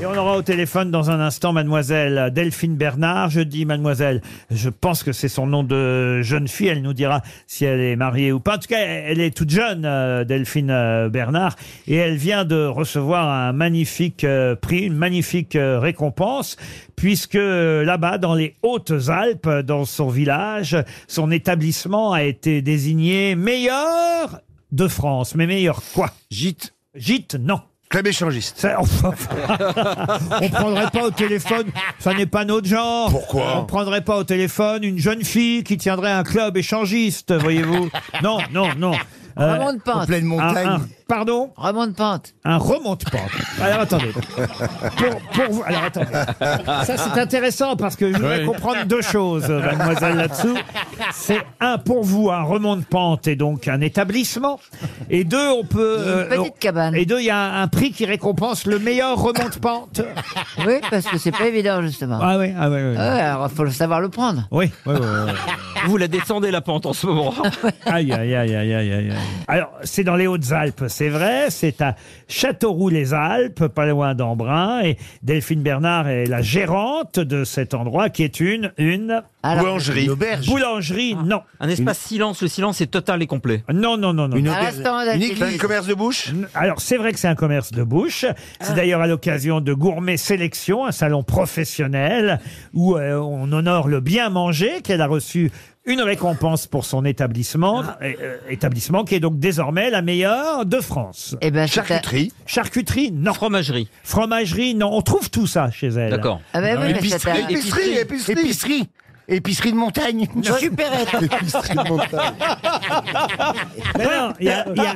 Et on aura au téléphone dans un instant mademoiselle Delphine Bernard. Je dis mademoiselle, je pense que c'est son nom de jeune fille. Elle nous dira si elle est mariée ou pas. En tout cas, elle est toute jeune, euh, Delphine euh, Bernard. Et elle vient de recevoir un magnifique euh, prix, une magnifique euh, récompense, puisque euh, là-bas, dans les Hautes-Alpes, euh, dans son village, son établissement a été désigné meilleur de France. Mais meilleur quoi Gîte, Gîte, non. club échangiste. Ça, enfin, on prendrait pas au téléphone, ça n'est pas notre genre. Pourquoi On prendrait pas au téléphone une jeune fille qui tiendrait un club échangiste, voyez-vous. Non, non, non. Euh, Remonte de En pente. pleine un- montagne. un- pardon Remonte de pente. Un remonte-pente. Alors attendez. Pour, pour vous, alors attendez. Ça c'est intéressant parce que je voudrais Oui. comprendre deux choses, mademoiselle là-dessous. C'est un pour vous, un remonte-pente est donc un établissement. Et deux, on peut. euh, Une petite cabane. Et deux, il y a un prix qui récompense le meilleur remonte-pente. Ah. Oui, parce que c'est pas évident, justement. Ah oui, ah oui, oui. Ouais, alors faut le savoir le prendre. Oui, oui, oui, oui. Vous la descendez la pente en ce moment. Aïe, aïe, aïe, aïe, aïe, aïe. Alors, c'est dans les Hautes-Alpes, c'est vrai. C'est à Châteauroux-les-Alpes, pas loin d'Embrun. Et Delphine Bernard est la gérante de cet endroit, qui est une, une Alors, Boulangerie. Ah, Une auberge. boulangerie. Non, Un espace silence, le silence est total et complet. non, non, non, non. Une À auberge. l'instant, on a Une été église. dit. Un commerce de bouche. Alors, c'est vrai que c'est un commerce de bouche. C'est d'ailleurs à l'occasion de Gourmet Sélection, un salon professionnel où euh, on honore le bien manger qu'elle a reçu une récompense pour son établissement, euh, euh, établissement qui est donc désormais la meilleure de France. eh ben, c'est à- Charcuterie. Charcuterie, non. Fromagerie. Fromagerie, non. On trouve tout ça chez elle. D'accord. Ah ben oui, mais c'est à- Épicerie. Épicerie. Épicerie. Épicerie. de montagne. Supérette. Épicerie de montagne. Mais non, Il y, a- il y a-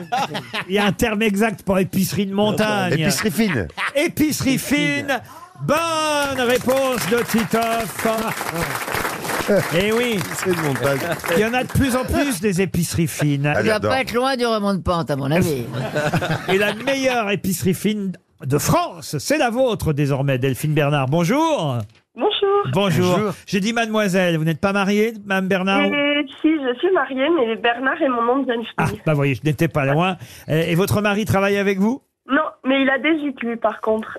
il y a un terme exact pour épicerie de montagne. Épicerie fine. Épicerie fine. Bonne réponse de Titoff. Et oui, Épicerie de montagne. il y en a de plus en plus des épiceries fines. Ça doit J'adore. pas être loin du remont de pente, à mon avis. Et la meilleure épicerie fine de France, c'est la vôtre désormais, Delphine Bernard. Bonjour. Bonjour. Bonjour. Bonjour. J'ai dit mademoiselle, vous n'êtes pas mariée, madame Bernard Euh, si, je suis mariée, mais Bernard est mon nom de jeune fille. Ah, bah voyez, je n'étais pas loin. Euh, Et votre mari travaille avec vous Non, mais il a des gîtes, lui, par contre.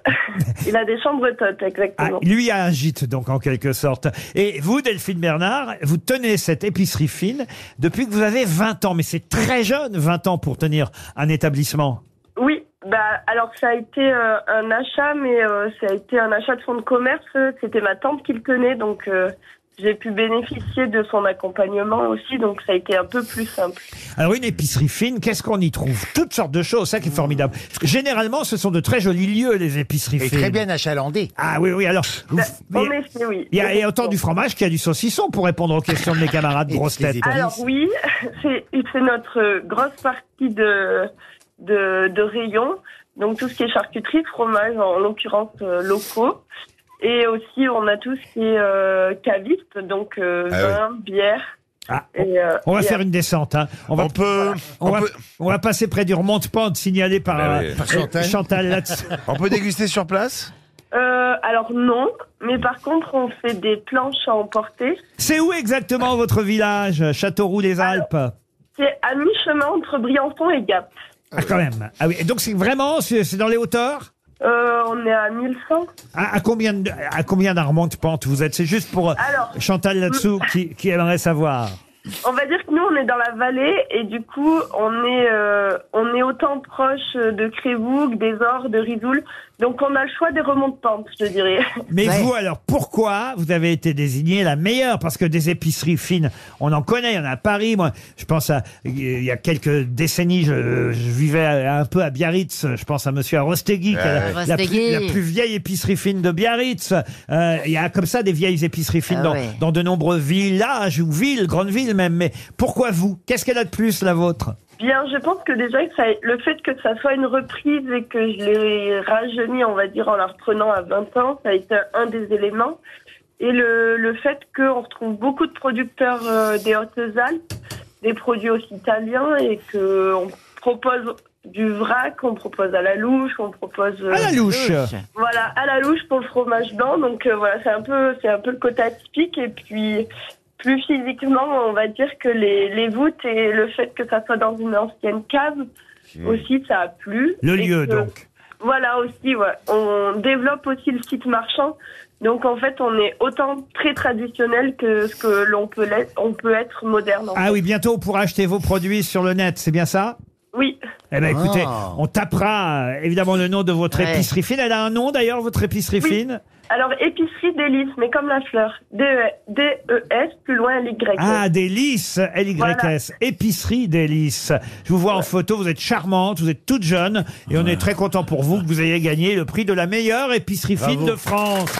il a des chambres totes, Ah, exactement. lui a un gîte, donc, en quelque sorte. Et vous, Delphine Bernard, vous tenez cette épicerie fine depuis que vous avez 20 ans. Mais c'est très jeune, 20 ans, pour tenir un établissement. Oui, bah, alors ça a été euh, un achat, mais euh, ça a été un achat de fonds de commerce. C'était ma tante qui le tenait, donc euh, j'ai pu bénéficier de son accompagnement aussi, donc ça a été un peu plus simple. Alors, une épicerie fine, qu'est-ce qu'on y trouve Toutes sortes de choses, ça qui est formidable. Parce que Généralement, ce sont de très jolis lieux, les épiceries Et fines. très bien achalandé. Ah oui, oui, alors... vous- mais- Bah, En effet, oui. il y a, il y a autant du fromage qu'il y a du saucisson, pour répondre aux questions de mes camarades Et grosses des têtes. épices. Alors oui, c'est c'est notre euh, grosse partie de, de, de rayon. Donc tout ce qui est charcuterie, fromage, en l'occurrence euh, locaux. Et aussi, on a tout ce qui est euh, caviste, donc euh, Ah oui. vin, bière. Ah, et, euh, On va et- faire une descente. Hein. On va On peut, On on, va, peut, on va passer près du remonte-pente signalé par, Ah oui. euh, Par Chantal, Chantal. là-dessus. on peut déguster sur place Euh, alors non, mais par contre, on fait des planches à emporter. C'est où exactement votre village, Châteauroux-les-Alpes C'est à mi-chemin entre Briançon et Gap. Ah, quand même. Ah oui. Et Donc c'est vraiment, c'est c'est dans les hauteurs Ah, Euh, on est à 1100. à, à combien de- à combien d'un remonte-pente vous êtes C'est juste pour euh, Alors, Chantal là-dessous qui, qui aimerait savoir. On va dire que nous, on est dans la vallée et du coup, on est, euh, on est autant proche de Crévoux, des Ors, de Rizoul. Donc, on a le choix des remontes pentes, je dirais. Mais Ouais. vous alors, pourquoi vous avez été désignée la meilleure Parce que des épiceries fines, on en connaît, il y en a à Paris. Moi, je pense à il y a quelques décennies, je, je vivais un peu à Biarritz. Je pense à Monsieur Arostegui, qui a la, la plus, Arostegui. la plus vieille épicerie fine de Biarritz. Euh, il y a comme ça des vieilles épiceries fines Ah dans, ouais. dans de nombreux villages ou villes, grandes villes même. Mais pourquoi vous Qu'est-ce qu'elle a de plus la vôtre Bien, je pense que déjà, que ça, le fait que ça soit une reprise et que je l'ai rajeuni, on va dire, en la reprenant à 20 ans, ça a été un des éléments. Et le, le fait qu'on retrouve beaucoup de producteurs euh, des Hautes-Alpes, des produits aussi italiens et que on propose du vrac, on propose à la louche, on propose... euh, À la louche. Voilà, à la louche pour le fromage blanc. Donc euh, voilà, c'est un peu, c'est un peu le côté atypique. Et puis, plus physiquement, on va dire que les, les voûtes et le fait que ça soit dans une ancienne cave aussi, ça a plu. Le Et lieu que- donc. Voilà aussi, ouais. on développe aussi le site marchand. Donc en fait, on est autant très traditionnel que ce que l'on peut l'être, on peut être moderne. en fait. Ah oui, bientôt pour acheter vos produits sur le net, c'est bien ça Oui, Eh bien, écoutez, Ah. on tapera euh, évidemment le nom de votre Ouais. épicerie fine. Elle a un nom d'ailleurs, votre épicerie Oui. fine alors épicerie délice, mais comme la fleur. E, D-E- D-E-S, plus loin L-Y. Ah, délices, L-Y-S, Voilà. épicerie délices. Je vous vois en photo, vous êtes charmante, vous êtes toute jeune, et on est très content pour vous que vous ayez gagné le prix de la meilleure épicerie fine Bravo. de France.